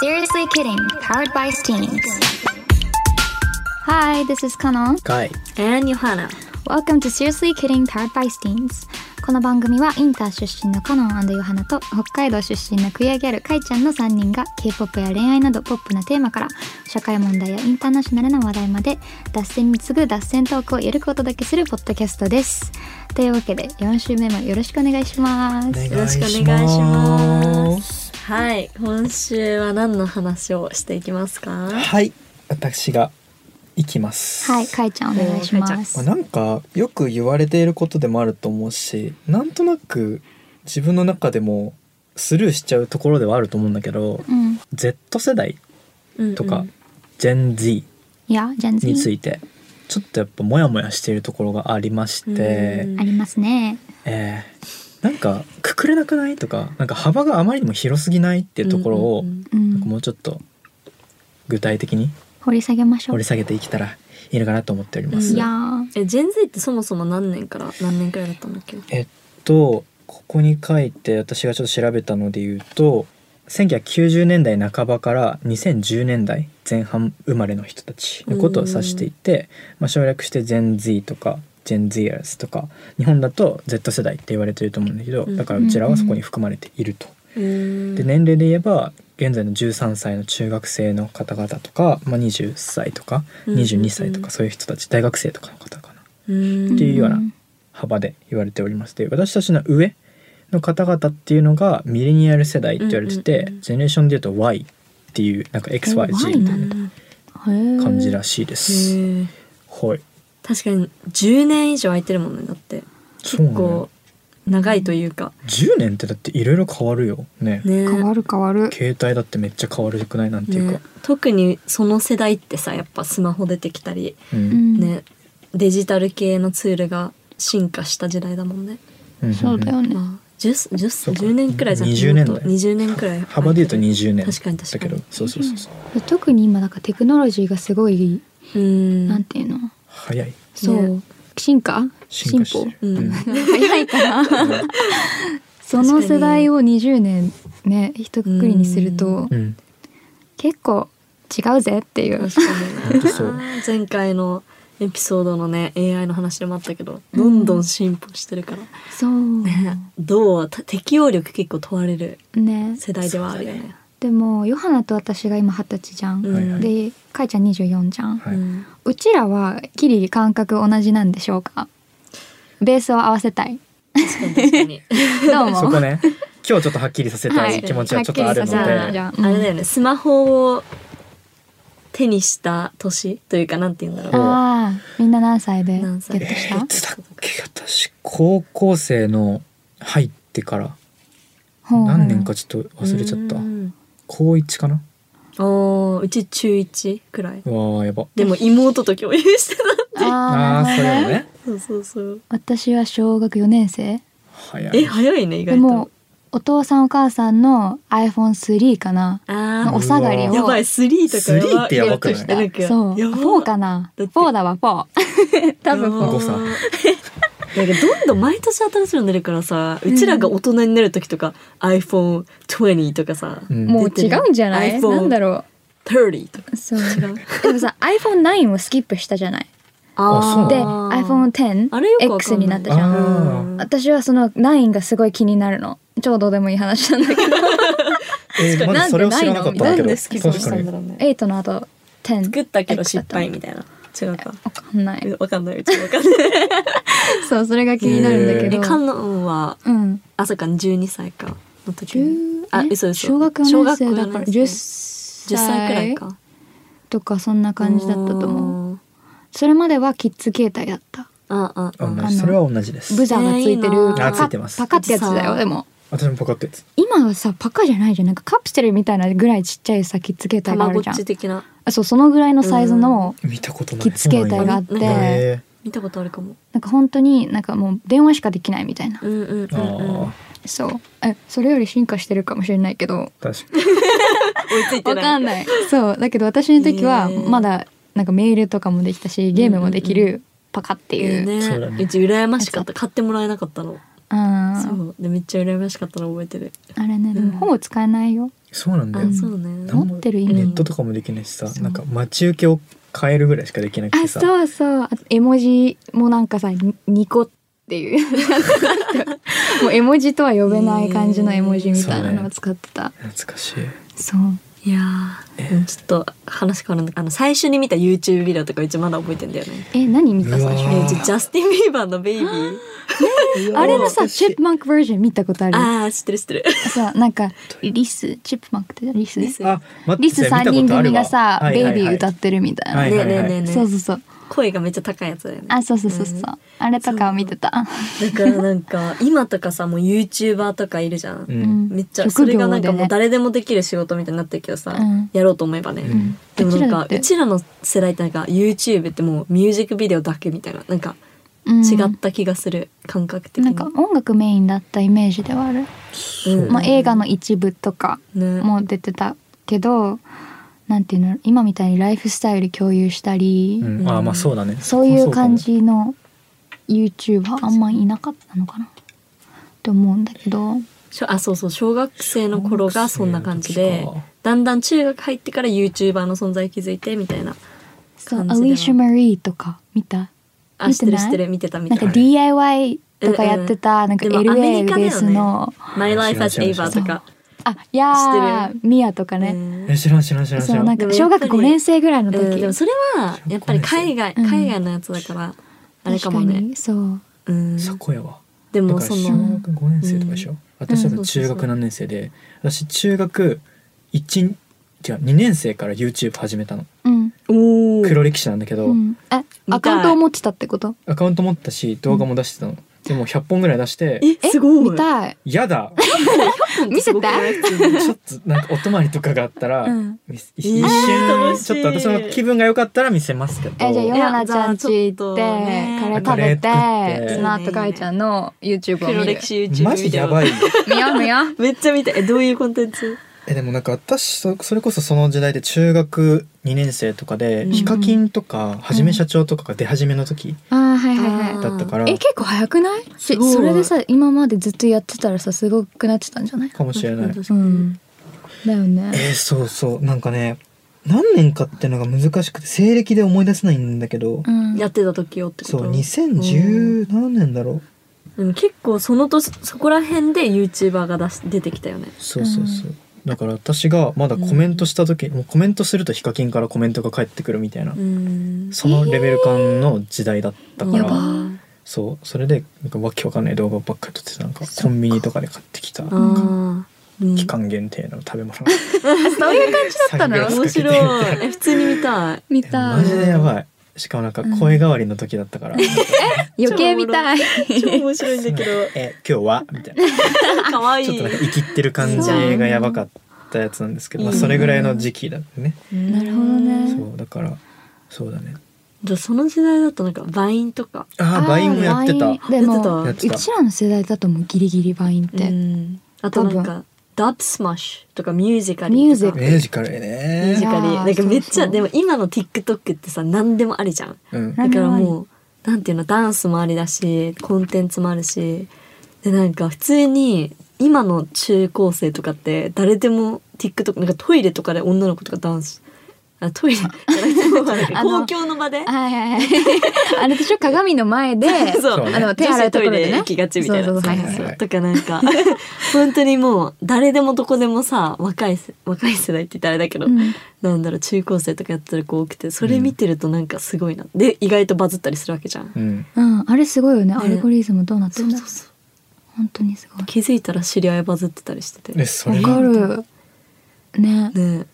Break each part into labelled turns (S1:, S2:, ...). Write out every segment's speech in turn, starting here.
S1: Seriously Kidding, powered by Steams. Hi, this is Kanon.
S2: はい
S3: And Johanna.
S1: Welcome to Seriously Kidding, powered by Steams. この番組はインター出身のカノンヨハナと北海道出身のクイアギャルカイちゃんの3人が K-POP や恋愛などポップなテーマから社会問題やインターナショナルな話題まで脱線に次ぐ脱線トークをゆるくお届けするポッドキャストです。というわけで4週目もよろしくお願いします。
S3: よろしくお願いします。はい、今週は何の話をしていきますか。
S2: はい私が行きます
S1: はい、かいちゃんお願いします
S2: まあ。なんかよく言われていることでもあると思うしなんとなく自分の中でもスルーしちゃうところではあると思うんだけど
S1: うん
S2: Z 世代
S3: うんうん
S2: とか、ジェン Z
S1: いや、ジャンズ
S2: についてちょっとやっぱモヤモヤしているところがありまして、
S3: うん
S1: ありますね。
S2: えーなんかくくれなくないとかなんか幅があまりにも広すぎないっていうところを、
S3: うんうんうん
S1: う
S2: なんかも
S1: ん、
S2: うちょっと具体的に
S1: 掘り下げましょ
S2: 掘
S1: う。
S2: り
S1: い
S2: 下げていけたらいいのかなと思っております。
S3: うん
S1: やー、
S3: え、ジェンズイってそもそも何年から何年くらいだったんだっけ。
S2: えっとここに書いて私がちょっと調べたので言うと1990年代半ばから2010年代前半生まれの人たちのことを指していて、まあ、省略して「Gen Z」とか「Gen Zers」とか日本だと Z 世代って言われてると思うんだけど
S3: うん
S2: だからうちらはそこに含まれていると。
S3: で
S2: で。年齢で言えば現在の13歳の中学生の方々とか、まあ、20歳とか22歳と
S3: うんうんう
S2: か
S3: ん
S2: そういう人たち大学生とかの方かな
S3: うん
S2: っていうようなん幅で言われておりまして私たちの上の方々っていうのがミレニアル世代って言われてて、
S3: うんうんうん
S2: ジェネレーションで言うと Y っていうなんか XYZ みたいな
S3: うん
S1: へー
S2: 感じらしいです。
S3: へー
S2: はい。
S3: 確かに10年以上空いてるもんねだって
S2: そうなのよ
S3: こう長いというか
S2: 10年ってだっていろいろ変わるよね。
S3: ね
S1: 変わる変わる。
S2: 携帯だってめっちゃ変わるくないなんていうか
S3: ね。特にその世代ってさやっぱスマホ出てきたり、
S2: う
S1: うんん、
S3: ねデジタル系のツールが進化した時代だもんね、
S2: うん
S1: そうだよね。
S3: まあ、10,
S2: そ
S3: 10,
S2: うか
S3: 10年くらいじゃん
S2: 20年代
S3: 20年くらい
S2: 幅で言うと20年
S3: 確かに確か
S2: だ
S3: に
S2: けどそうそうそうそう
S1: 特に今なんかテクノロジーがすごい、
S3: うん
S1: なんていうの、
S2: 早い
S1: そう、進化
S2: 進
S1: 進
S2: 化し
S1: 歩
S2: てる、
S3: うん
S1: 早い から。その世代を20年ね、一括りにすると
S2: う、んうん
S1: 結構違うぜっていう。
S3: 確か
S2: ほん
S3: に
S2: とそう
S3: 前回のエピソードのね AI の話でもあったけどどんどん進歩してるから、
S1: そう。
S3: ねどうた適応力結構問われる
S1: ね。
S3: 世代ではあるよね。
S1: でも、ヨハナと私が今二十歳じゃん。
S2: はいはい
S1: で、かいちゃん24じゃん。
S2: は
S3: う
S2: い
S3: ん
S1: うちらはギリ感覚同じなんでしょうかベースを合わせたい。
S3: 確かに確かに
S1: どうも。
S2: そこね今日ちょっとはっきりさせた
S1: はい
S2: い気持ちはちょっとあるの
S3: じ
S2: で、
S1: はっきりさせた
S3: ゃ
S1: い
S3: あ
S1: じゃあ
S3: あれだよねスマホを手にした年というかなんて言うんだろう
S1: ああ、みんな何歳でゲ
S3: 何歳
S1: ットし
S2: えー
S1: た
S2: いつだっけ私高校生の入ってから
S1: ほうほう
S2: 何年かちょっと忘れちゃった
S3: うん
S2: 高一かな
S3: おーうち中一くらいう
S2: わーやば
S3: でも妹と共有してた
S1: あー
S2: あー
S1: な
S2: そ
S1: る
S2: れ
S1: ほどね
S2: よね
S3: そうそうそう
S1: 私は小学4年生
S2: 早
S3: え
S2: い
S3: 早いね意
S1: で
S3: 外と
S1: もお父さんお母さんの iPhone3 かな
S3: あ
S1: お下がり
S3: あ
S1: を
S3: やばい3とか
S2: スリーってやばくない
S1: ゲッ
S3: ゲッ
S1: ト
S3: ト
S1: し
S3: し
S1: た
S3: た
S1: そう
S3: やば
S1: 4かな
S3: だって
S1: 4だわ4 多分
S2: やば
S1: 4
S2: 誤差
S3: なんかどんどん毎年新しいの出るからさうちらが大人になる時とか、iPhone20 とかさ、
S2: うん
S1: もう違うんじゃない
S3: iPhone
S1: なんだろ
S3: 30とか
S1: う そう
S3: 違う
S1: でもさ iPhone9 をスキップしたじゃない
S2: あ
S1: で
S3: ー
S1: iPhone10X
S3: あれよくわかんない
S1: になったじゃん
S2: あー
S1: 私はその9がすごい気になるのちょうどでもいい話なんだ けど
S2: えーまずそれを知らなかったんだけ
S1: なん
S2: ど
S1: で
S2: 確かに
S3: ろうね
S1: 8の後10
S3: 作ったけど失敗みたいな違うか
S1: わかんない
S3: わかんないうちわかんない
S1: そうそれが気になるんだけ
S3: え
S1: ど、
S3: カノンは
S1: うん
S3: あそっか12歳かの時
S1: 10
S3: あ
S1: え
S3: 嘘嘘
S1: 小学4年生だから
S3: 小学四
S1: 10
S3: 年生10
S1: 歳
S3: 歳くらいか
S1: とかそんな感じだったと思う
S3: う
S1: それまではキッズ携帯だった
S3: あああ
S2: 同
S1: あ
S2: じ
S1: の
S2: それは同じです
S1: ブザーがついて
S3: え
S1: る
S3: ーいい
S1: パ
S3: な
S2: あつ
S1: カ
S2: いてます
S1: パカってやつだよでも
S2: 私もパカってやつ
S1: 今はさパカじゃないじゃんなんかカプセルみたいなぐらいちっちゃいさキッズ携
S3: た
S1: 帯が
S3: ま
S1: あ
S3: ご
S1: る
S3: っ
S1: じゃん
S3: ち的な
S1: あそうそのぐらいのサイズの
S2: 見たことない
S1: キッズ携帯があっ
S3: う
S1: て
S3: ん
S2: え
S3: 見たことあるかも
S1: なんか本当になんかもう電話しかできないみたいな
S3: うんうんうん、
S2: ー、
S3: うん、追
S2: あ
S3: い
S1: そうえそれより進化してるかもしれないけど
S2: ー確かに
S3: ついて
S1: わ
S3: ない
S1: かんないそうだけど私の時は
S3: えー
S1: まだなんかメールとかもできたしゲームもできるパカっていう、
S3: いいね
S2: そうだね
S3: うち羨ましかった買ってもらえなかったの
S1: あー
S3: そうでめっちゃ羨ましかったの覚えてる
S1: あれねでもほぼ使えないよ
S2: そうなんだよ
S1: あ
S3: そうね
S2: なんも
S1: 持ってる意
S2: ネ
S1: 味
S2: ットとかもできないしさ
S1: そう
S2: なんか待ち受けを変えるぐらいしかできなくて
S1: あ
S2: さ
S1: そうそうあと絵文字もなんかさにニコっていう もう絵文字とは呼べない感じの絵文字みたいなのを使ってた、
S2: 懐かしい
S1: そう
S3: いやーうんちょっと話変わるんだけどあの最初に見た YouTube ビデオとかうちまだ覚えてんだよね
S1: え何見た
S2: うわ
S1: 最
S2: あ
S1: 初
S2: ー
S3: えうちジャスティン・ビーバーの「ベイ ビー
S1: あれのさチ
S2: 懐かし
S1: ップマンクバージョン見たことあ」る
S3: ああ知ってる知ってる
S1: さなんかリスチップマンクってリス
S3: リス
S2: いあ待
S1: リ
S2: って
S1: ス3人組がさ「ベイビー歌
S2: っ
S1: ってるみたいな、
S2: はい
S3: ね
S2: は
S3: え
S2: い
S3: ねえねえねえ
S1: そうそうそう
S3: 声がめっちゃ高いやつだよね
S1: あそうそうそうそう、
S3: ん
S1: あれとかを見てた
S3: だからなんか今とかさもう YouTuber とかいるじゃん、
S2: うん
S1: うん
S3: めっちゃそ
S1: 職業でね
S3: れがなんかもう誰でもできる仕事みたいになってるけどさ、
S1: うん
S3: やろうと思えばね、
S2: うん
S3: でもな
S1: う
S3: ん
S1: ちらだっ
S3: か
S1: て
S3: うちらの世代ってなんか YouTube ってもうミュージックビデオだけみたいななんか
S1: うん
S3: 違った気がする、感覚的に
S1: なんか音楽メインだったイメージではある、
S2: そう
S3: うん
S1: まあ、映画の一部とか
S3: ね
S1: も出てたけどなんていうの今みたいにライフスタイル共有したり、
S2: うんあまあそうだね
S1: そういう感
S2: そ
S1: じの YouTuber あんまいなかったのかなって思うんだけど
S3: しょあそうそう小学生の頃がそんな感じで
S2: 小学生の時か
S3: だんだん中学入ってから YouTuber の存在気づいてみたいな
S1: そうア
S3: 感
S1: リー
S3: じでは
S1: シャ・マリーとか見た
S3: あ
S1: 見
S3: 知ってて
S1: な
S3: る
S1: い
S3: 知ってる見てた見
S1: な
S3: て
S1: んか
S3: た
S2: はい
S1: DIY とかやってた、なんか
S3: でもアメ
S1: LA
S3: リ
S1: ベ
S3: カだよね
S1: ースの、
S3: 「My Life as Ava」とか、
S1: あやーミアとかね、
S3: うん
S2: かえ知らん知らん知らん知
S1: そ
S2: ら
S1: うんなんか小学5年生ぐらいの時、
S3: うんでもそれはやっぱり海外
S1: うん
S3: 海外のやつだからあれかも
S1: 確
S3: ね。
S1: にそう
S3: うん、
S2: そこやわ
S3: で
S2: だ
S3: も
S2: から
S3: そ
S2: 小
S3: の
S2: 学5年生とかでしょ、私だと中
S3: うんそうそうそ
S2: 学
S3: う
S2: 何年生で私中学1違う2年生から YouTube 始めたの
S1: うん、
S3: おー
S2: 黒歴史なんだけど、
S1: うん、えアカウントを持ってたってこと
S2: アカウント持ったし動画も出してたの、でも100本ぐらい出して
S3: えすごい
S1: 見たい
S2: 「やだ! 」
S1: 見せて
S2: ちょっ となんかお泊まりとかがあったら、
S1: うん
S2: 見せ一
S3: えー
S2: 瞬
S3: 楽しい
S2: ちょっと私の気分が良かったら見せますけど
S1: えじゃあヨ
S3: や
S1: ハナちゃん家行って
S3: じゃあ
S1: カレー食べ
S2: ちょっとね
S1: て
S2: カレー食って
S1: その後かいちゃんの YouTube を
S3: 黒
S1: 見る
S3: 歴史 YouTube
S2: マジやば
S3: い
S2: い
S1: 見よう見よう
S3: めっちゃ見たいえどういうコンテンツ
S2: えでもなんか私そそれこそその時代で中学2年生とかで、
S3: うん
S2: ヒカキンとかはじめ社長とかが出始めの時
S1: あーはいはい
S3: あー
S1: は
S2: だったから、
S1: いえ結構早くない
S3: すごい
S1: それでさ今までずっとやってたらさすごくなってたんじゃない
S2: かもしれない
S3: 確かに確か
S1: う
S3: に
S1: んだよね
S2: えーそうそうなんかね何年かってのが難しくて西暦で思い出せないんだけど、
S1: うん
S3: やってた時よってこと
S2: そう2010何年だろう、
S3: でも結構その年そこら辺で YouTuber が出し出てきたよね
S2: そうそうそう、だから私がまだコメントした時、もうコメントするとヒカキンからコメントが返ってくるみたいな、
S3: うん
S2: そのレベル感の時代だったか
S1: や
S2: ら、
S1: ば
S2: そうそれでなんかわけわかんない動画ばっかり撮ってたなんかコンビニとかで買ってきた
S3: あーうん
S2: 期間限定の食べ物
S1: そういう感じだったの
S2: サングラス
S3: 面白いえ普通に 見たい
S1: 見た
S2: マジでやばいしかもなんか声変わりの時だったから、
S1: 余計見たい
S3: 超面白いん だけど
S2: え今日はみ たいな
S3: 可愛い
S2: ちょっとなんか生きってる感じがやばかったやつなんですけど、まあ、
S3: そう
S2: それぐらいの時期だね、
S1: なるほどねうん
S2: そうだからそうだね
S3: じゃあその時代だとなんかバインとか
S2: ああバインもやってた
S1: あー Vine で
S3: やってた
S1: も
S2: や
S1: う
S2: ってた
S1: ちらの世代だともうギリギリバインっ
S3: う
S1: て
S3: んあとなん
S1: 多
S3: かダブスマッシュとかミュージカルとか
S1: ミュージカ
S2: ミュージカルや
S3: ミュージ
S2: ね
S3: カル
S1: いやー
S3: なんかめっち
S1: そう
S3: ゃ
S1: そう
S3: でも今の TikTok ってさ何でもありじゃん
S2: うん
S1: 何で
S3: だ
S1: も
S3: から
S1: あり
S3: もうなんていうのダンスもありだしコンテンツもあるしでなんか普通に今の中高生とかって誰でも TikTok なんかトイレとかで女の子とかダンスあトイ レ
S1: あの
S3: 公共の場
S1: は
S3: で
S1: いはい はいあれでしょ鏡の前で
S3: そう
S2: そうね
S1: あの手洗うところで
S3: 女子トイレ
S1: ね
S3: 行きがちみたいな
S1: そうそうそう
S2: はい
S1: はい
S2: はい はい
S3: とかなんか本当にもう誰でもどこでもさ若いせ若い世代って言ったらあれだけど、
S1: うん
S3: なんだろう中高生とかやってる子多くてそれ見てるとなんかすごいな、で意外とバズったりするわけじゃん。
S2: うん
S1: うんあれすごいよね
S3: ね
S1: アルゴリズムどうなってるんだろう
S3: そ
S1: 本当にすごい
S3: 気づいたら知り合いバズってたりしてて。
S2: え
S3: ね
S2: それ
S1: わかるね
S3: え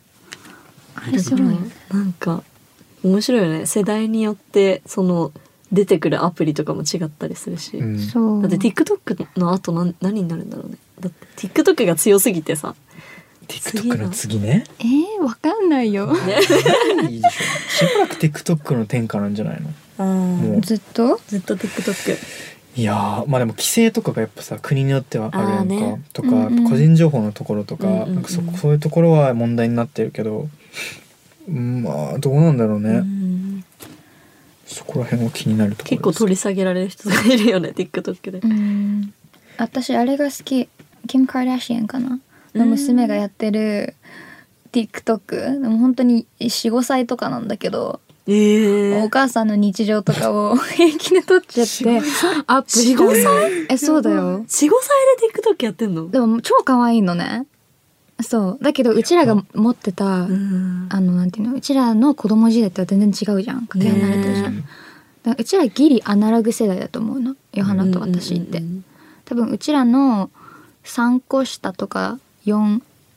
S1: あれすごいよね
S3: なんか面白いよね世代によってその出てくるアプリとかも違ったりするし、
S2: うん
S1: そう
S3: だって TikTok の後何何になるんだろうねだって TikTok が強すぎてさ
S2: TikTok の次ね
S1: えーわかんないよ
S2: いいでしょしばらく TikTok の天下なんじゃないのもう
S1: ずっと
S3: ずっと TikTok
S2: いやーまあでも規制とかがやっぱさ国によってはあるやんか、
S3: あーね
S2: とか、
S1: うんうん
S2: 個人情報のところとか,、
S3: うんうんうん
S2: なんかそそういうところは問題になってるけどうんまあどうなんだろうね、
S3: うん
S2: そこら辺は気になるところ
S3: 結構取り下げられる人がいるよね TikTok で
S1: う。ん私あれが好きキム・カーダシアンかなの娘がやってる TikTok でも本当に45歳とかなんだけど、
S3: えー
S1: お、母さんの日常とかを 平気で撮っちゃってアップしてる
S3: 45
S1: えそうだよ
S3: 45歳で TikTok やってんの
S1: でも超可愛いのねそうだけどうちらが持ってた、
S3: うん
S1: あのなんていうのうちらの子供時代とは全然違うじゃんかけ離れてるじゃん、だか
S3: ねえ
S1: らうちらギリアナログ世代だと思うのヨハナと私って、
S3: うんうんうん
S1: 多分うちらの3個下とか43個、
S3: うん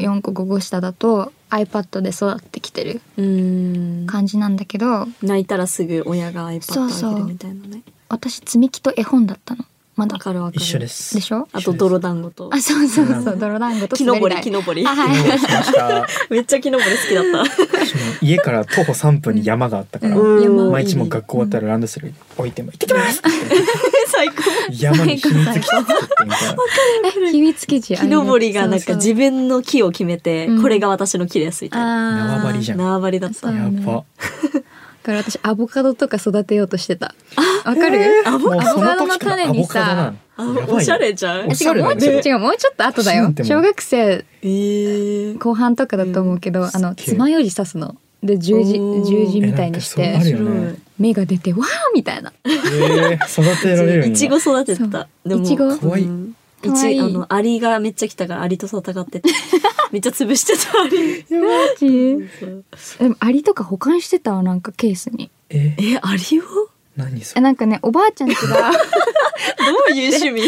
S1: 4個5個下だと iPad で育ってきてる
S3: うん
S1: 感じなんだけど
S3: 泣いたらすぐ親が
S1: そうそ
S3: iPad
S1: う
S3: あげるみたいなね
S1: 私積み木と絵本だったのまだ
S3: わかるわかる
S2: 一緒です
S1: でしょ
S3: あと泥団子と
S1: あそうそうそう泥団子と
S3: 木登り
S1: 滑
S3: 木
S1: り
S3: 登り
S1: 台あ
S2: 昨
S1: はい
S2: 日しました
S3: めっちゃ木登り好きだっ
S2: 私も家から徒歩3分に山があったから、
S1: うん
S3: うん
S2: 毎日もう学校終わったらランドセル置いても「行ってきます!」って
S3: た 最高
S2: 山に秘密基地作ってみたいな
S1: え秘密基地あ
S3: 木
S1: るの
S3: 登りがなん
S1: そ
S3: か
S1: うそう
S3: 自分の木を決めて
S1: うん
S3: これが私の木ですみたいな
S1: あー
S2: 縄張りじゃん
S3: 縄張りだった
S1: そう
S2: やば
S1: だから私アボカドとか育てようとしてたわかる、
S3: ア
S2: も
S3: ボ
S2: う
S1: アボ
S2: そ
S1: カ
S2: の
S1: ドの
S2: 時から
S1: 種
S2: ア
S1: に
S2: ボカドな
S1: さ
S3: あ
S2: のやばいよ
S3: おしゃれじゃん
S2: お
S1: え
S2: し
S1: 違
S2: ゃ
S1: う
S2: れ
S1: も
S2: な
S1: うんちょっと
S2: です
S1: 違
S2: よ
S1: うもうちょっと後だ
S2: な
S1: よ
S2: んてもう
S1: 小学生
S3: えー
S1: 後半とかだと思うけど、あの
S2: すっげえ
S1: 爪楊枝刺すので十字
S3: おー
S1: 十字みたいにし
S2: えなんか
S1: て
S2: そうあるよね
S1: 芽が出てわーみたいな
S2: えー育てられるん
S3: いち
S2: や
S3: ご育てて
S1: そ
S3: た
S1: ういちご
S2: かわいい
S3: うん
S1: かわいい
S3: いちあのアリがめっちゃ来たからアリと戦って てめっちゃ潰してたアリそう
S1: でもアリとか保管してたわなんかケースに
S2: え
S3: えアリをど
S2: 何そ
S1: え
S2: れ
S1: なんかねおばあちゃんち が
S3: ういう趣味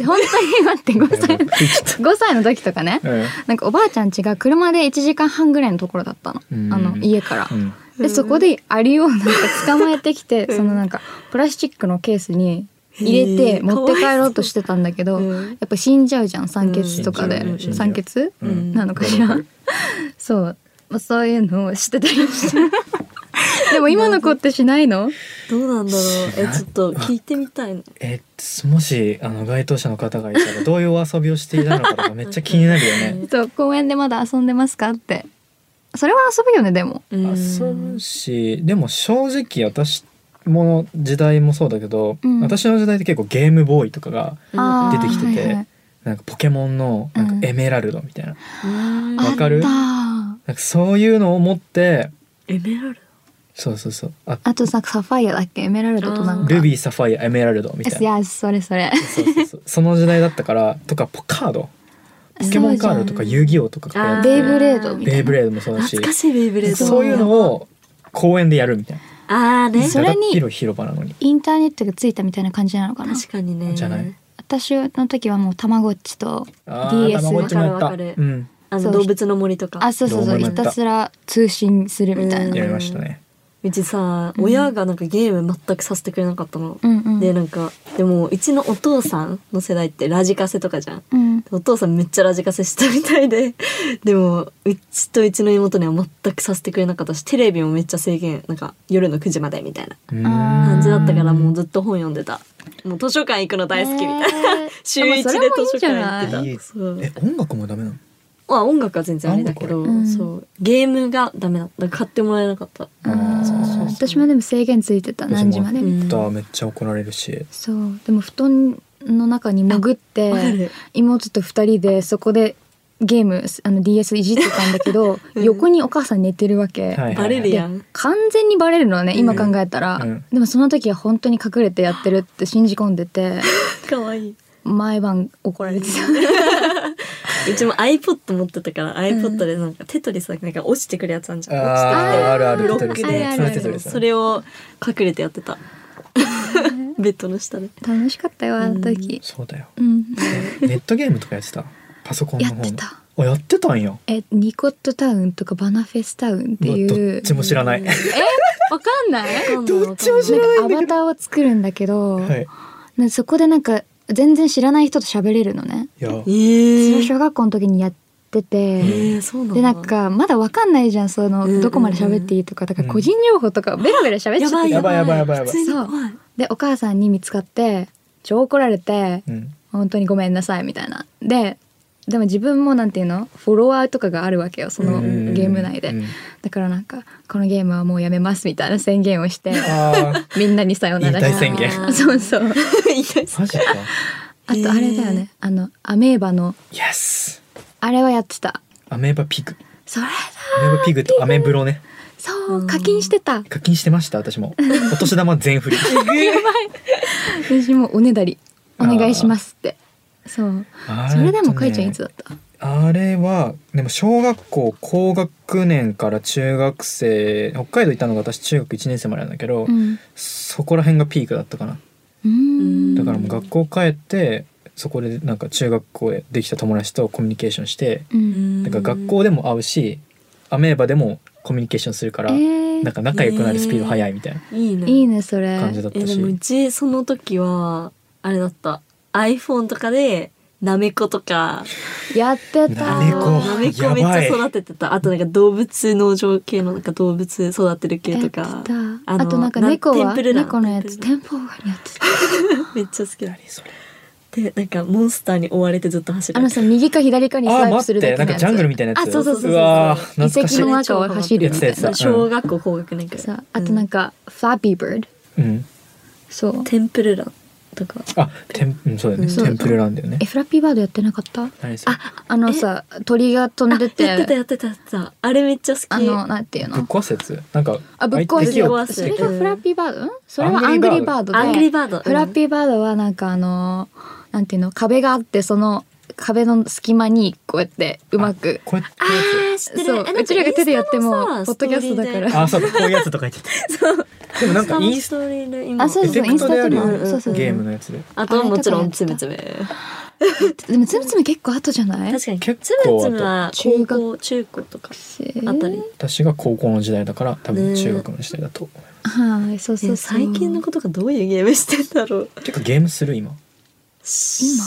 S1: え本当に待って5歳
S2: 食いち
S1: 5歳の時とかね
S2: ゃっ
S1: なんかおばあちゃんちが車で1時間半ぐらいのところだったのあ
S2: うん
S1: の家から
S2: たうん
S1: でそこでアリをなんか捕まえてきて
S3: うん
S1: そのなんかプラスチックのケースに入れ
S3: へ
S1: て
S3: ー
S1: 持って帰ろうとしてたんだけど、
S3: うん
S1: やっぱ死んじゃうじゃん酸欠とかで、
S2: うん死んじゃう
S1: 酸
S2: ね
S1: 欠、
S2: う
S3: うん
S2: ん
S1: なのかしら、
S2: わかる
S1: そう、まあ、そういうのをしてたりして でも今の子ってしないの
S3: どうなんだろうえ
S2: な
S3: ちょっと聞いてみたいな
S2: えもしあの該当者の方がいたらどういうお遊びをしていたのかとかめっちゃ気になるよね
S1: そう公園でまだ遊んでますかってそれは遊ぶよねでも
S3: うん
S2: 遊ぶしでも正直私も時代もそうだけど、
S1: うん
S2: 私の時代って結構ゲームボーイとかが
S1: あー
S2: 出てきてて
S1: はいはい
S2: なんかポケモンのなん
S1: うん
S2: かエメラルドみたいな,、
S3: うん
S2: わかる
S1: あっ
S2: なんかそういうのを持って
S3: エメラル
S2: そうそうそうあ
S1: たあとさサファイアだっけエメラルドとなんか
S2: ルビーサファイアエメラルドみたい
S1: い
S2: な
S1: やそれそれ
S2: そうそうそうその時代だったからとかポカードポケモンカードとか遊戯王とかこうや
S3: ド
S2: っ
S1: ベ
S2: て
S1: イブレードみたいな
S2: ベイブレードもそうだし
S3: 懐かしいベイブレード
S2: そういうのを公園でやるみたいな
S3: ああね
S1: それに
S2: 広い広場なのに
S1: インターネットがついたみたいな感じなのかな
S3: 確かにね
S2: じゃない
S1: 私の時はもうたまごっちと
S2: あー
S1: DS
S2: たまごっちもやっ
S3: わ
S2: た
S3: かるわか
S2: う
S3: る
S2: ん
S3: あ
S1: そ
S3: の
S1: う
S3: 動物の森とか
S1: あそうそうそう
S2: どうもや
S1: ひ
S2: った
S1: たすら通信するみたいな
S2: やりましたね
S3: うちさ
S1: うん
S3: 親がなんかゲーム全くさせてくれなかったの、
S1: うんうん
S3: でなんかでもうちのお父さんの世代ってラジカセとかじゃん
S1: うん
S3: お父さんめっちゃラジカセしたみたいで でもうちとうちの妹には全くさせてくれなかったしテレビもめっちゃ制限なんか夜の9時までみたいな
S2: うん
S1: あー
S3: 感じだったからもうずっと本読んでたもう図書館行くの大好きみたいな、
S1: な
S3: 週一で図書館行って
S2: でもそれもいい
S3: た
S2: んじゃない
S3: そう
S2: え音楽もダメなの
S3: まあ音楽は全然あれだけど、
S1: 音楽はね
S3: そうゲームがダメだっただから買ってもらえなかった
S2: あー
S1: そう
S2: そうそう
S1: 私もでも制限ついてた何時まで、
S3: うん
S2: だめっちゃ怒られるし
S1: そうでも布団の中に潜って
S3: わかる
S1: 妹と二人でそこでゲームあの DS いじってたんだけど、
S3: うん
S1: 横にお母さん寝てるわけ、
S2: はい
S3: バレるやん
S1: で完全にバレるのはね今考えたら、
S2: うん
S1: でもその時は本当に隠れてやってるって信じ込んでて
S3: かわいい
S1: 毎晩怒られてた
S3: うちも iPod 持ってたから
S1: ん
S3: iPod でなんかテトリスなんか落ちてくるやつあんじゃん
S2: あ
S1: ー
S2: ーあるあ
S3: ブ
S2: る
S3: ロ
S2: テ
S3: ッ
S2: ト
S3: ク
S2: リス
S1: あ
S2: ね
S1: るある
S2: それテトリスね
S3: それを隠れてやってたベッドの下で
S1: 楽しかったよあの時、
S2: そうだよ
S1: うん、
S2: ネットゲームとかやってたパソコンの方の
S1: やってた
S2: あやってたんや
S1: えニコットタウンとかバナフェスタウンっていう
S2: うわどっちも知らない
S1: わかんない
S3: どっちも
S1: なんかアバターを作るんだけど、
S2: はい
S1: なんかそこでなんか全然知らない人と喋れるのね、
S2: いや
S3: え
S1: それ
S3: ー、
S1: 小学校の時にやってて、
S3: えー、そうなんだ
S1: でなんかまだわかんないじゃんその、
S3: うんうんうん
S1: どこまで喋っていいとかだから
S2: うん
S1: 個人情報とかベラベラ喋っちゃっ
S3: や
S1: てた、
S3: ばい
S2: やばいやばいやばいやばい
S3: 普通に怖い
S1: でお母さんに見つかって超怒られて、
S2: うん
S1: 本当にごめんなさいみたいなででも自分もなんていうのフォロワーとかがあるわけよその
S2: うんうんうん
S1: ゲーム内で、
S2: うん
S1: だからなんかこのゲームはもうやめますみたいな宣言を して
S2: あ
S1: みんなにさよなら
S2: 引退宣
S3: 言
S1: そうそう
S3: いいです
S2: ーマジか
S1: あとあれだよね、あのアメーバの
S2: イエス
S1: あれはやってた
S2: アメーバピグ
S1: それだ
S2: アメーバピグとアメブロね
S1: そう、
S3: うん
S1: 課金してた
S2: 課金してました私もお年玉全振り
S1: 私もおねだりお願いしますってそう
S2: あ
S1: それでもか
S2: 書
S1: いちゃんいつだった、
S2: あれはでも小学校高学年から中学生北海道行ったのが私中学1年生までなんだけど、
S1: うん
S2: そこら辺がピークだったかな
S1: うーん
S2: だからもう学校帰ってそこでなんか中学校でできた友達とコミュニケーションして
S1: うん
S2: だから学校でも会うしアメーバでもコミュニケーションするから、
S1: えー
S2: なんか仲良くなるスピード速いみたいない
S3: いね
S1: いいねそれ
S2: 感じだった
S3: えで
S2: し、
S3: もうちその時はあれだった iPhone とかでなめことか
S1: やってた
S2: なめこ
S3: あのなめこめっちゃ
S2: やばい
S3: 育ててたあとなんか動物農場系のなんか動物育てる系
S1: やって
S3: と
S1: た
S3: か
S1: あ
S3: あの
S1: となんか猫
S3: な
S1: は
S3: テンプルラン
S1: 猫のやつ
S3: テ
S1: テンポがやってた
S3: めっちゃ好きだ
S2: 何それ
S3: でなんかモンスターに追われてずっと走る
S1: あのさ右か左かにス
S2: あ
S1: ワ
S2: ー
S1: イプす
S2: 待っ
S1: る
S2: て
S1: だけの
S2: なんか
S1: やつ
S2: ジャングルみたいなやつ
S3: あそうそうそうそう
S2: わー懐かし
S1: 遺
S2: い
S1: 跡の中を走るみたい
S2: やってた
S1: な
S2: やつだ
S3: 小学校高学年くら
S1: さ
S3: い
S1: あとなんかフラッピーバード
S2: うん
S1: そう
S3: テンプルランとか
S2: あテンうんそうだよね、
S3: うん
S2: テンプルランだよね
S1: えフラッピーバードやってなかった
S2: 何それ
S1: ああのさ鳥が飛んで
S3: あやってた
S1: て
S3: やってたやってたあれめっちゃ好き
S1: あのなんていう
S2: ぶっ
S1: の
S2: 壊すやつなんか
S1: あぶっ壊
S2: 敵
S1: す
S2: を
S3: ぶっ壊す
S1: それがフラッピーバードんそれはア
S2: ア
S1: ン
S2: ン
S1: グ
S2: グ
S1: リー
S2: リー
S1: バ
S2: バ
S1: ー
S2: ー
S1: ド
S2: ド
S1: で
S3: アングリーバード
S1: フラッピーバードはなんかあのなんていうの壁があってその壁の隙間にこうやってうまく
S2: こうやって
S3: あー知ってる
S1: そう
S3: えなんか
S1: うちらが手でやっても
S3: インスタのさ
S1: ポッドキャストだから
S3: ス
S2: あそ
S3: トーリーで
S2: うかこういうやつとか言ってたでもなんかインス
S3: ストーリーで今
S1: あそう
S2: エ
S1: そうそ
S2: フ
S1: う
S2: ェクトであるよ
S3: インスタとかそうそうそう
S2: ゲームのやつで
S3: あとはもちろんつ
S1: あれ
S3: め
S1: と
S3: つめ
S1: でもつむつむ結構後じゃない
S3: 確かに
S2: 結
S3: つ
S2: 構
S3: めつめは
S1: 中
S3: 高
S1: 学
S3: 校中高とかあたり
S2: 私が高校の時代だから多分
S3: ね
S2: 中学の時代だと思います
S1: はいそうそう
S3: え最近のことがどういうゲームしてんだろう
S2: 結構ゲームする今
S1: 今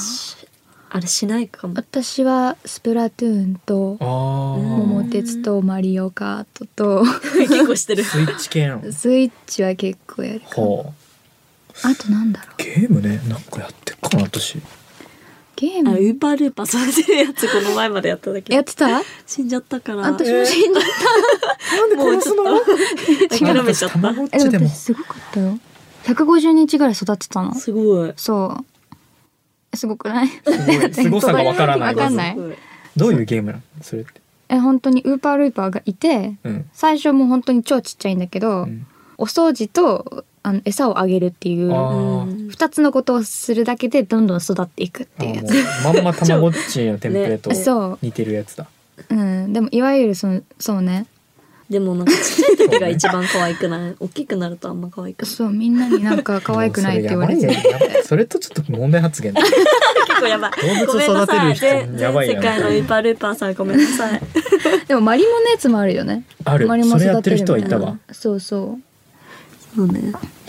S3: あれしない かも
S1: 私はスプラトゥーンと
S2: あ
S1: 桃
S2: ー
S1: 鉄とマリオカートと
S3: 結構してる
S2: スイッチ系なの
S1: スイッチは結構やるかも
S2: ほう
S1: あとなんだろう
S2: ゲームねなんかやってっかな私
S1: ゲー
S3: あウ
S1: ム
S3: ーパールーパー育てるやつこの前までやっただけ
S1: やってた
S3: 死んじゃったから
S1: 私も死んだ
S2: なんで
S3: もうちょっと諦めちゃった
S2: たまごっ
S1: え
S2: ち
S1: で
S2: で
S1: も
S2: も
S1: 私すごかったよ150日ぐらい育てたの
S3: すごい
S1: そうすごくない
S2: すごい凄さがわからない
S1: わかんない
S3: すごい
S2: どういうゲームなのそれって
S1: え本当にウーパールーパーがいて
S2: うん
S1: 最初もう本当に超ちっちゃいんだけど、
S2: うん
S1: お掃除とあの餌をあげるっていう
S2: あ
S3: う
S2: ー
S3: ん
S1: 2つのことをするだけでどんどん育っていくっていうやつ
S2: あもうまんまたまごっちのテンプレと
S1: ねそう
S2: 似てるやつだ
S1: うん、でもいわゆるそのそうね
S3: でもなんかちっちゃい時が一番可愛くない大きくなるとあんま可愛くない
S1: そうみんなになんか可愛くないって言われて
S2: もうそやばいねそれとちょっと問題発言だ
S3: 結構やばい
S2: 動
S3: ごめん
S2: 物
S3: な
S2: 育て
S3: さ
S2: る
S3: い全
S2: 人やばい
S3: 全
S2: や
S3: 世
S2: ん
S3: 界のウーパールーパーさんごめんなさい
S1: でもマリモのやつもあるよね
S2: ある
S1: マリモ
S2: それや
S1: 育
S2: っ
S1: て
S2: てる
S1: るみ
S2: 人
S1: た
S2: はい
S1: な
S2: たわ
S1: そうそ
S3: そうね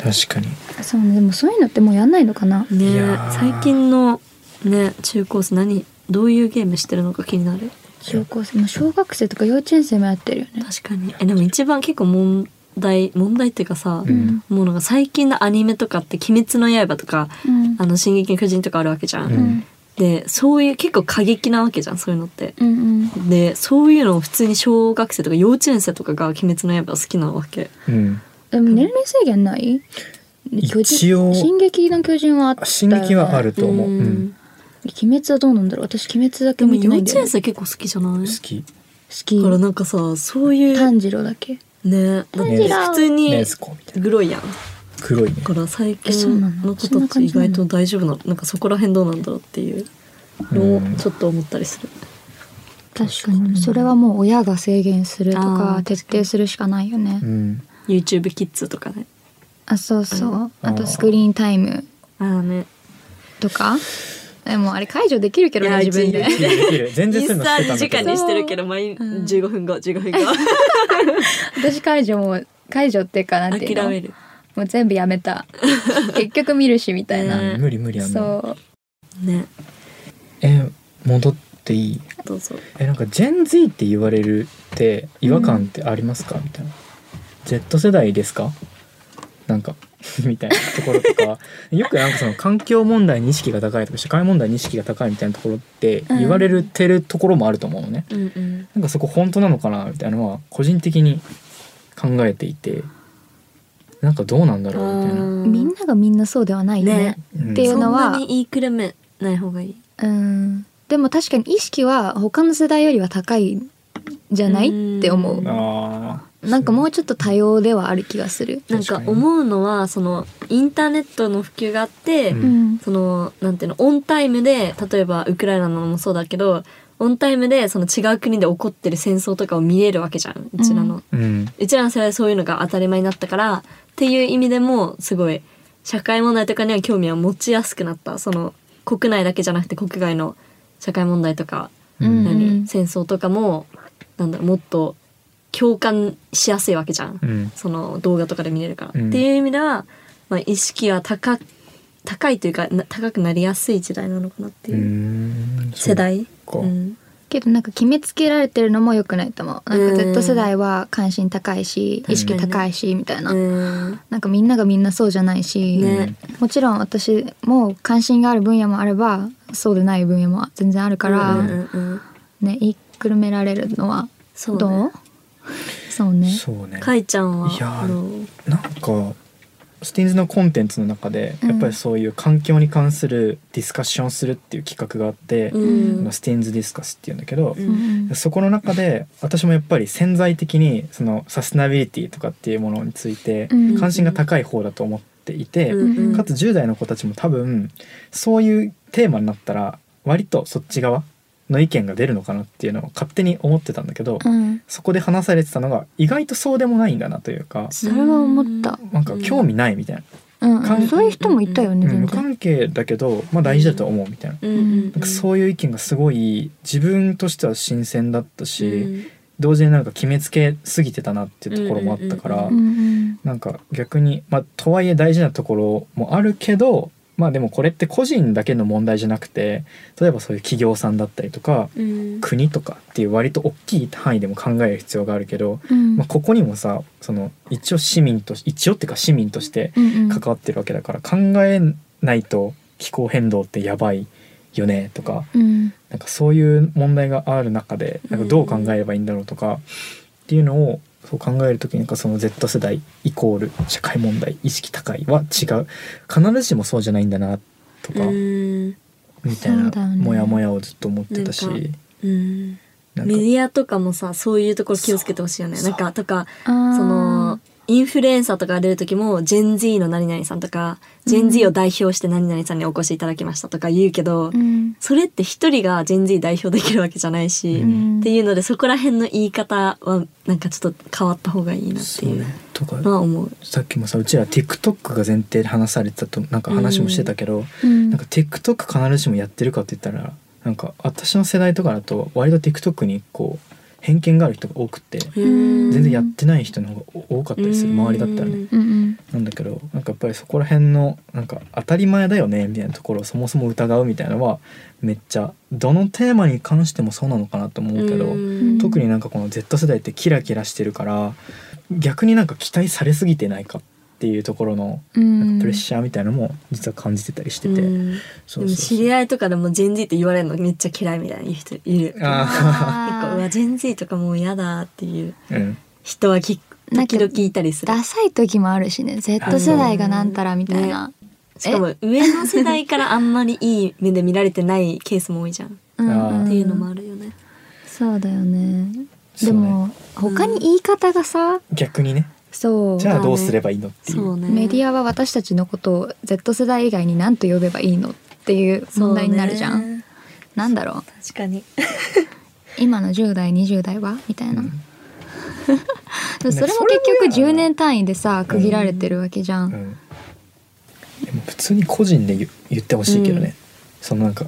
S2: 確かに
S1: うそうねでもそういうのってもうやんないのかない
S3: ね
S2: やー
S3: 最近のね中高生何どういうゲームしてるのか気になる
S1: 中高生、まあ、小学生とか幼稚園生もやってるよね
S3: 確かにえでも一番結構問題問題っていうかさ、
S2: うん
S3: もうなんか最近のアニメとかって「鬼滅の刃」とか
S1: うん
S3: 「あの進撃の巨人」とかあるわけじゃん、
S2: う
S1: うん
S2: ん
S3: でそういう結構過激なわけじゃんそういうのって
S1: うんうん
S3: でそういうのを普通に小学生とか幼稚園生とかが「鬼滅の刃」好きなわけ
S2: うん
S1: でも年齢制限ない巨人
S2: 一応
S1: 進撃の巨人はあったよ、ね、
S2: 進撃はあると思う、
S3: う
S2: うんん、
S1: 鬼滅はどうなんだろう私鬼滅だけ
S3: でも
S1: 見て
S3: 幼
S1: ないんだ
S3: 稚
S1: よ、
S3: 園
S1: ね、
S3: 生結構好きじゃない
S2: 好き
S1: 好き
S3: だからなんかさそういう
S1: 炭治郎だけ
S3: ねだって普通
S2: ね
S3: に
S2: ずこみたいな
S3: グロいやん
S2: 黒いね
S3: だから最
S1: えそう
S3: 近
S1: なの
S3: の子た
S1: そんな感
S3: ち
S1: じ
S3: 意
S1: なの
S3: 外と大丈夫ななんかそこら辺どうなんだろうっていうのを
S2: うん
S3: ちょっと思ったりする
S1: 確かにそれはもう親が制限すると
S3: あ
S1: か
S3: ー
S1: 徹底するしかないよね、
S2: うん、
S3: YouTube キッズとかね
S1: あそうそう、あと
S2: あー
S1: スクリーンタイム
S3: ああね
S1: とかでもあれ解除できるけどね
S3: いや
S1: 自分で
S2: できるできる全
S3: イ
S2: 然そうい
S3: ンス
S2: うの
S3: タ
S2: してた
S3: 2
S2: んだ
S3: 時
S2: け
S3: 間
S2: ど
S3: にしてるけど毎
S1: うん
S3: 15分後15 分後
S1: 私解除も解除っていうかなんていう
S3: 諦
S1: の
S3: める
S1: もう全部やめた結局見るしみたいな、
S3: ね
S2: うん無理無理あんな
S1: そう
S3: ね
S2: え戻っていい
S3: どうぞ
S2: えなんかジェン Z って言われるって違和感ってありますか、みたいな Z 世代ですかなんか みたいなところ とかよくなんかその環境問題に意識が高いとか社会問題に意識が高いみたいなところって言われるてるところもあると思うのね、
S3: うんうん
S2: なんかそこ本当なのかなみたいなのは個人的に考えていてなんかどうなんだろうみたいな。
S1: みんながみんなそうではないよね
S3: ね
S2: うん
S1: っていうのは
S3: そんなに言いくるめない方がいい
S1: うんでも確かに意識は他の世代よりは高いんじゃない
S3: うん
S1: って思う
S2: ああ
S1: なんかもうちょっと多様ではある気がする
S3: なん
S2: 確
S3: か
S2: かに
S3: 思うのはそのインターネットの普及があって、
S2: うん
S1: うん
S3: そのなんていうのオンタイムで例えばウクライナのもそうだけどオンタイムでその違う国で起こってる戦争とかを見れるわけじゃんうちらの、
S2: う
S3: う
S2: ん
S3: ちらの世代はそういうのが当たり前になったからっていう意味でもすごい社会問題とかには興味は持ちやすくなったその国内だけじゃなくて国外の社会問題とか、
S1: うん
S3: 何戦争とかもなんだろうもっと共感しやすいわけじゃん
S2: うん
S3: その動画とかで見れるから、
S2: うん
S3: っていう意味では、まあ、意識は高高いというかな高くなりやすい時代なのかなって
S2: う
S3: いう、
S2: ん
S3: 世代
S2: そっか
S3: ん
S1: けどなんか決めつけられてるのも良くないと思うなんか Z 世代は関心高いし
S3: うん
S1: 意識高いしみたいな、
S3: うん
S1: なんかみんながみんなそうじゃないし、
S3: ね、
S1: もちろん私も関心がある分野もあればそうでない分野も全然あるから、
S3: うんうんうん
S1: ね言いくるめられるのは
S3: そう
S1: どう
S3: ね
S1: そうね
S2: そうね
S3: かいちゃんはい
S2: やー
S3: どう
S2: なんかスティーンズのコンテンツの中で
S1: うん
S2: やっぱりそういう環境に関するディスカッションするっていう企画があって、
S3: うん
S2: まあスティーンズディスカスっていうんだけど、
S3: うん
S1: うん
S2: そこの中で私もやっぱり潜在的にそのサステナビリティとかっていうものについて
S1: うん
S2: 関心が高い方だと思っていて、
S3: うんうん
S2: かつ10代の子たちも多分そういうテーマになったら割とそっち側の意見が出るのかなっていうのを勝手に思ってたんだけど、
S1: うん
S2: そこで話されてたのが意外とそうでもないんだなというか
S1: それは思った、
S2: なんか興味ないみたいな。
S1: うん
S2: 関
S1: そういう人もいたよね
S2: うん
S1: 全
S2: 無
S1: 然、
S2: 関係だけど、まあ、大事だと思うみたいな,、
S3: うんうん
S1: なん
S2: なんかそういう意見がすごい自分としては新鮮だったし、
S3: うん
S2: 同時になんか決めつけすぎてたなっていうところもあったから、
S3: うんうん
S1: うんうん
S2: なんか逆に、まあ、とはいえ大事なところもあるけどまあでもこれって個人だけの問題じゃなくて例えばそういう企業さんだったりとか
S3: うん
S2: 国とかっていう割と大きい単位でも考える必要があるけど、
S1: うん
S2: まあ、ここにもさその一応市民とし一応っていうか市民として
S1: うんうん
S2: 関わってるわけだから考えないと気候変動ってやばいよねとか
S1: うん
S2: なんかそういう問題がある中でなんかどう考えればいいんだろうとかっていうのをそう考える時になんかその Z 世代イコール社会問題意識高いは違う必ずしもそうじゃないんだなとか
S3: うん
S2: みたい
S1: そうだ
S2: な
S1: よね
S2: モヤモヤをずっと思ってたし
S3: なんうん
S2: なん
S3: メ
S2: か
S3: ディアとかもさそういうところ気をつけてほしいよね
S2: そう
S3: なんかとか
S1: そ
S3: そのインフルエンサーとかが出る時もジェン Z の何々さんとか
S1: うん
S3: ジェン Z を代表して何々さんにお越しいただきましたとか言うけ
S1: う
S3: ど、
S1: ん
S3: それって一人がジェン Z 代表できるわけじゃないし、
S2: う
S1: うんん
S3: っていうのでそこら辺の言い方はなんかちょっと変わった方がいいなって
S2: そう
S3: いう
S2: ねとか
S3: のは思う。
S2: さっきもさうちら TikTok が前提で話されてたとなんか話もしてたけど、
S1: うん
S2: なんか TikTok 必ずしもやってるかって言ったらなんか私の世代とかだと割と TikTok にこう偏見がある人が多くて
S1: うん
S2: 全然やってない人の方が多かったりする周りだったらね
S1: うんうん
S2: なんだけどなんかやっぱりそこら辺のなんか当たり前だよねみたいなところをそもそも疑うみたいなのはめっちゃどのテーマに関してもそうなのかなと思うけど、
S3: うん
S2: 特になんかこの Z 世代ってキラキラしてるから逆になんか期待されすぎてないかっていうところのなんかプレッシャーみたいなのも実は感じてたりしてて、
S3: うん
S2: そ
S3: で
S2: う
S3: も
S2: そう
S3: 知り合いとかでもジェン Z って言われるのめっちゃ嫌いみたいな人いる。
S2: あ
S3: なんか
S1: あ
S3: う
S1: ー
S3: わジェン Z とかもう嫌だっていう
S2: うん、
S3: 人はき
S1: なん
S3: 時
S1: か
S3: 々いたりする。
S1: ダサい時もあるしね Z 世代がなんたらみたいな、
S3: しかも上の世代からあんまりいい目で見られてないケースも多いじゃん、
S1: うんうん
S2: あー
S3: っていうのもあるよね。
S1: そうだよね
S2: そ
S1: で
S2: うね
S1: も他に言い方がさ
S2: 逆にね
S1: そう
S2: じゃあどうすればいいのってい
S3: そう
S2: う。
S3: ね。
S1: メディアは私たちのことを Z 世代以外に何と呼べばいいのっていう問題になるじゃ、
S3: そうんね
S1: なんだろう
S3: 確かに。
S1: 今の10代20代はみたいな、
S2: うん
S1: でもそれも
S2: それ
S1: 結
S2: も
S1: 局
S2: 嫌だ
S1: 10年単位でさ区切られてるわけじゃん、
S2: うんでも普通に個人で言言ってほしいけどね、そのなんか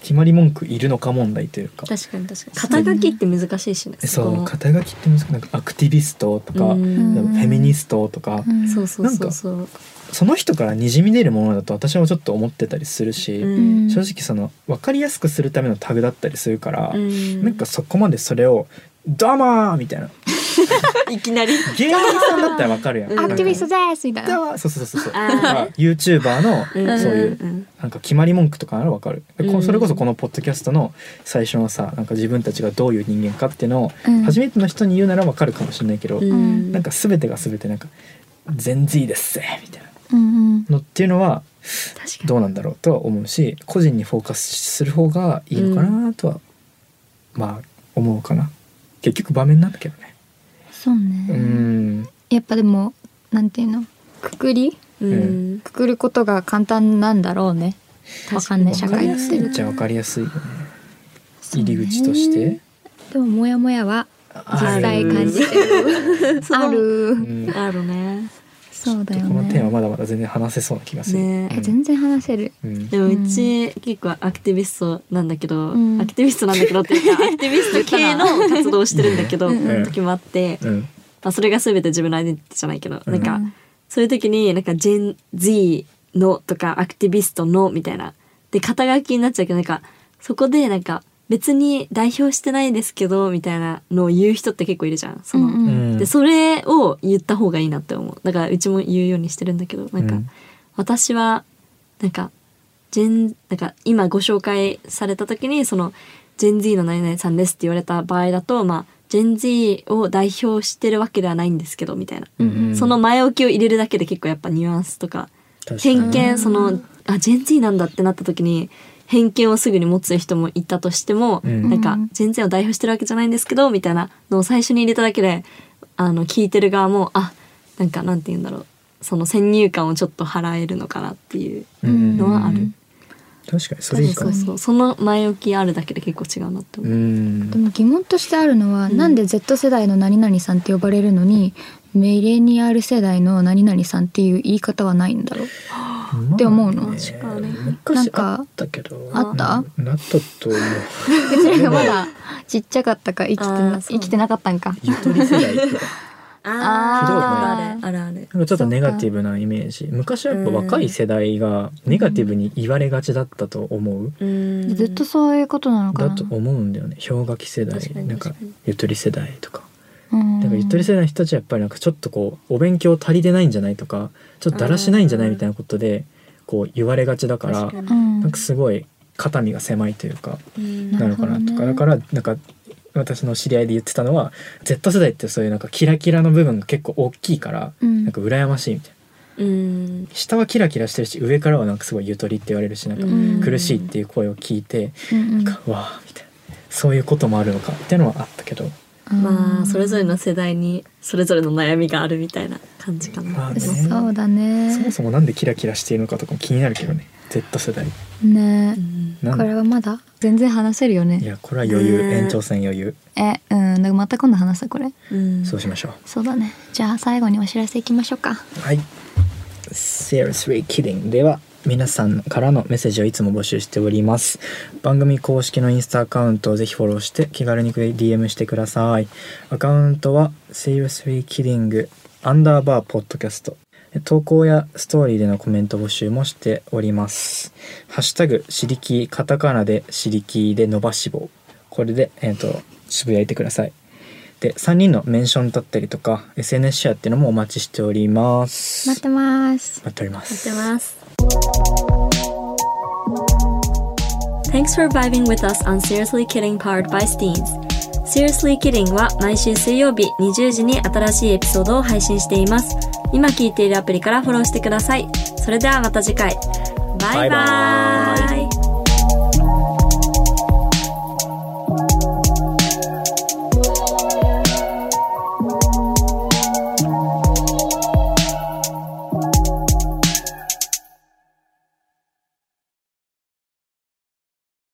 S2: 決まり文句いるのか問題というか
S3: 確かに確かに。肩書きって難しいしね。
S2: そ
S3: こ
S2: う
S3: も
S2: 肩書きって難しいなんかアクティビストとか、
S3: うん
S2: フェミニストとか、
S1: うん
S3: そうそうそうそう。
S2: その人からにじみ出るものだと私もちょっと思ってたりするし、
S1: ん
S2: 正直その分かりやすくするためのタグだったりするから、
S3: うん
S2: なんかそこまでそれを「どうもー!」みたいない
S3: きなり。
S2: 芸人さんだったら分かるやん。
S3: うん
S2: なん
S1: ア
S2: か
S1: クティビストですみたいな、
S2: だーそうそうそうそう。
S3: あー
S2: とか YouTuber のそういう
S3: うん
S2: なんか決まり文句とかならわかる。でこ
S3: うん
S2: それこそこのポッドキャストの最初のさなんか自分たちがどういう人間かっていうのを
S1: うん
S2: 初めての人に言うならわかるかもしれないけど、
S3: うん
S1: うん
S2: なんか全てが全てなんか「全然いいですぜ」みたいな
S1: うんうん
S2: のっていうのは
S3: 確かに
S2: どうなんだろうとは思うし個人にフォーカスする方がいいのかなとは、まあ思うかな結局場面なんだけどね
S1: そうね、
S2: うん
S1: やっぱでもなんていうのくくり
S3: うん、
S1: くくることが簡単なんだろうねわ
S3: 確
S1: か
S3: か
S1: ん
S3: に
S1: ない
S2: 分
S1: 社
S2: か
S1: 会
S2: り
S1: の
S2: やすいっちゃ分かりやすいよね入り口として
S1: でもモヤモヤは実
S2: ある
S1: 際感じてる
S3: その
S1: ある、
S2: うんちょっ
S3: あるね
S1: そうだ
S2: と
S1: よ
S2: このテー
S1: ね
S2: マまだまだ全然話せそうな気がする、
S3: ね
S1: え全然話せる
S2: うん
S3: でもうち結構アクティビストなんだけど、
S1: うん
S3: アクティビストなんだけどっていうかアクティビスト系の活動をしてるんだけど
S1: うん
S2: うん
S3: 時もあって、
S2: うんうん
S3: まあ、それが全て自分のアイデンティティじゃないけど、
S2: うん
S1: う
S3: なん
S1: ん
S3: かそういう時になんか「ジェン・ Z の」とか「アクティビストの」みたいなで肩書きになっちゃうけどなんかそこでなんか別に代表してないですけどみたいなのを言う人って結構いるじゃん。その、
S1: うんうん
S3: でそれを言った方がいいなって思うだからうちも言うようにしてるんだけどなんか、
S2: うん
S3: 私はなんかジェンなんか今ご紹介された時にその「ジェン Z の何々さんです」って言われた場合だとまあジェン Z を代表してるわけではないんですけどみたいな、
S2: うん
S3: その前置きを入れるだけで結構やっぱニュアンスとか
S2: 確かに
S3: 偏見そのあジェン Z なんだってなった時に偏見をすぐに持つ人もいたとしても、
S2: うん
S3: なんか
S1: うん
S3: ジェン Z を代表してるわけじゃないんですけどみたいなのを最初に入れただけであの聞いてる側もあなんかなんて言うんだろうその先入観をちょっと払えるのかなっていう
S2: うん
S3: のはある。
S2: 確かにそれいいか
S3: そ
S2: も
S3: うそうその前置きあるだけで結構違うなって思う。
S2: うん
S1: でも疑問としてあるのは、
S3: うん
S1: なんで Z 世代の何々さんって呼ばれるのにミレニアル世代の何々さんっていう言い方はないん だろうって思うの
S2: まあね
S3: 確かに
S2: 昔あったけど
S1: なんか
S2: なったと思う
S1: 別にまだちっちゃかったか生きて
S3: あ
S1: な
S3: ーそ
S1: 生
S3: う
S1: きてなかったんか
S2: ゆとり世代と
S1: あー聞
S2: か
S1: いたことない
S3: あるあるある。
S2: なんかちょっとネガティブなイメージ昔はやっぱ若い世代がネガティブに言われがちだったと思う、
S3: うん
S1: ずっとそういうことなのか
S2: だ
S1: な
S2: と思うんだよね氷河期世代
S3: 確かに
S2: なんか
S3: 確かに
S2: ゆとり世代とか
S1: うん
S2: だからゆとり世代の人たちはやっぱりなんかちょっとこうお勉強足りてないんじゃないとかちょっとだらしないんじゃないみたいなことでこう言われがちだから
S3: 確かに
S1: うん
S2: なんかすごい肩身が狭いというか
S3: うん
S2: なのかなとか
S1: なる
S2: だ
S1: ほ
S2: からなんか私の知り合いで言ってたのは Z 世代ってそういうなんかキラキラの部分が結構大きいから
S1: うん
S2: なんか羨ましいみたいな
S3: うん
S2: 下はキラキラしてるし上からはなんかすごいゆとりって言われるしなんか
S1: うん
S2: 苦しいっていう声を聞いて
S1: うんうん
S2: なんかわあみたいなそういうこともあるのかっていうのはあったけど
S3: まあそれぞれの世代にそれぞれの悩みがあるみたいな感じかな。
S2: まあね
S1: そうだね
S2: そもそもなんでキラキラしているのかとかも気になるけどね Z 世代
S1: ね
S3: うん
S2: なん
S1: これはまだ全然話せるよ
S2: い
S1: ね
S2: やこれは余裕
S3: ね
S2: 延長戦余裕
S1: えうんだからまた今度話すこれ
S3: うん
S2: そうしましょう
S1: そうだねじゃあ最後にお知らせいきましょうか
S2: はい。Seriously Kidding では皆さんからのメッセージをいつも募集しております。番組公式のインスタアカウントをぜひフォローして気軽に DM してください。アカウントは Seriously Kidding アンダーバーポッドキャスト。投稿やストーリーでのコメント募集もしております。ハッシュタグ、シリキー、カタカナでシリキーで伸ばし棒。これで、えっ、と、つぶやいてください。で、3人のメンションだったりとか、SNS シェアっていうのもお待ちしております。
S1: 待ってます
S2: 待っております。
S3: 待ってます。Thanks for vibing with us on Seriously Kidding powered by Steens. Seriously Kidding は毎週水曜日20時に新しいエピソードを配信しています。今聞いているアプリからフォローしてください。それではまた次回。バイバ
S2: バイバ
S3: イ。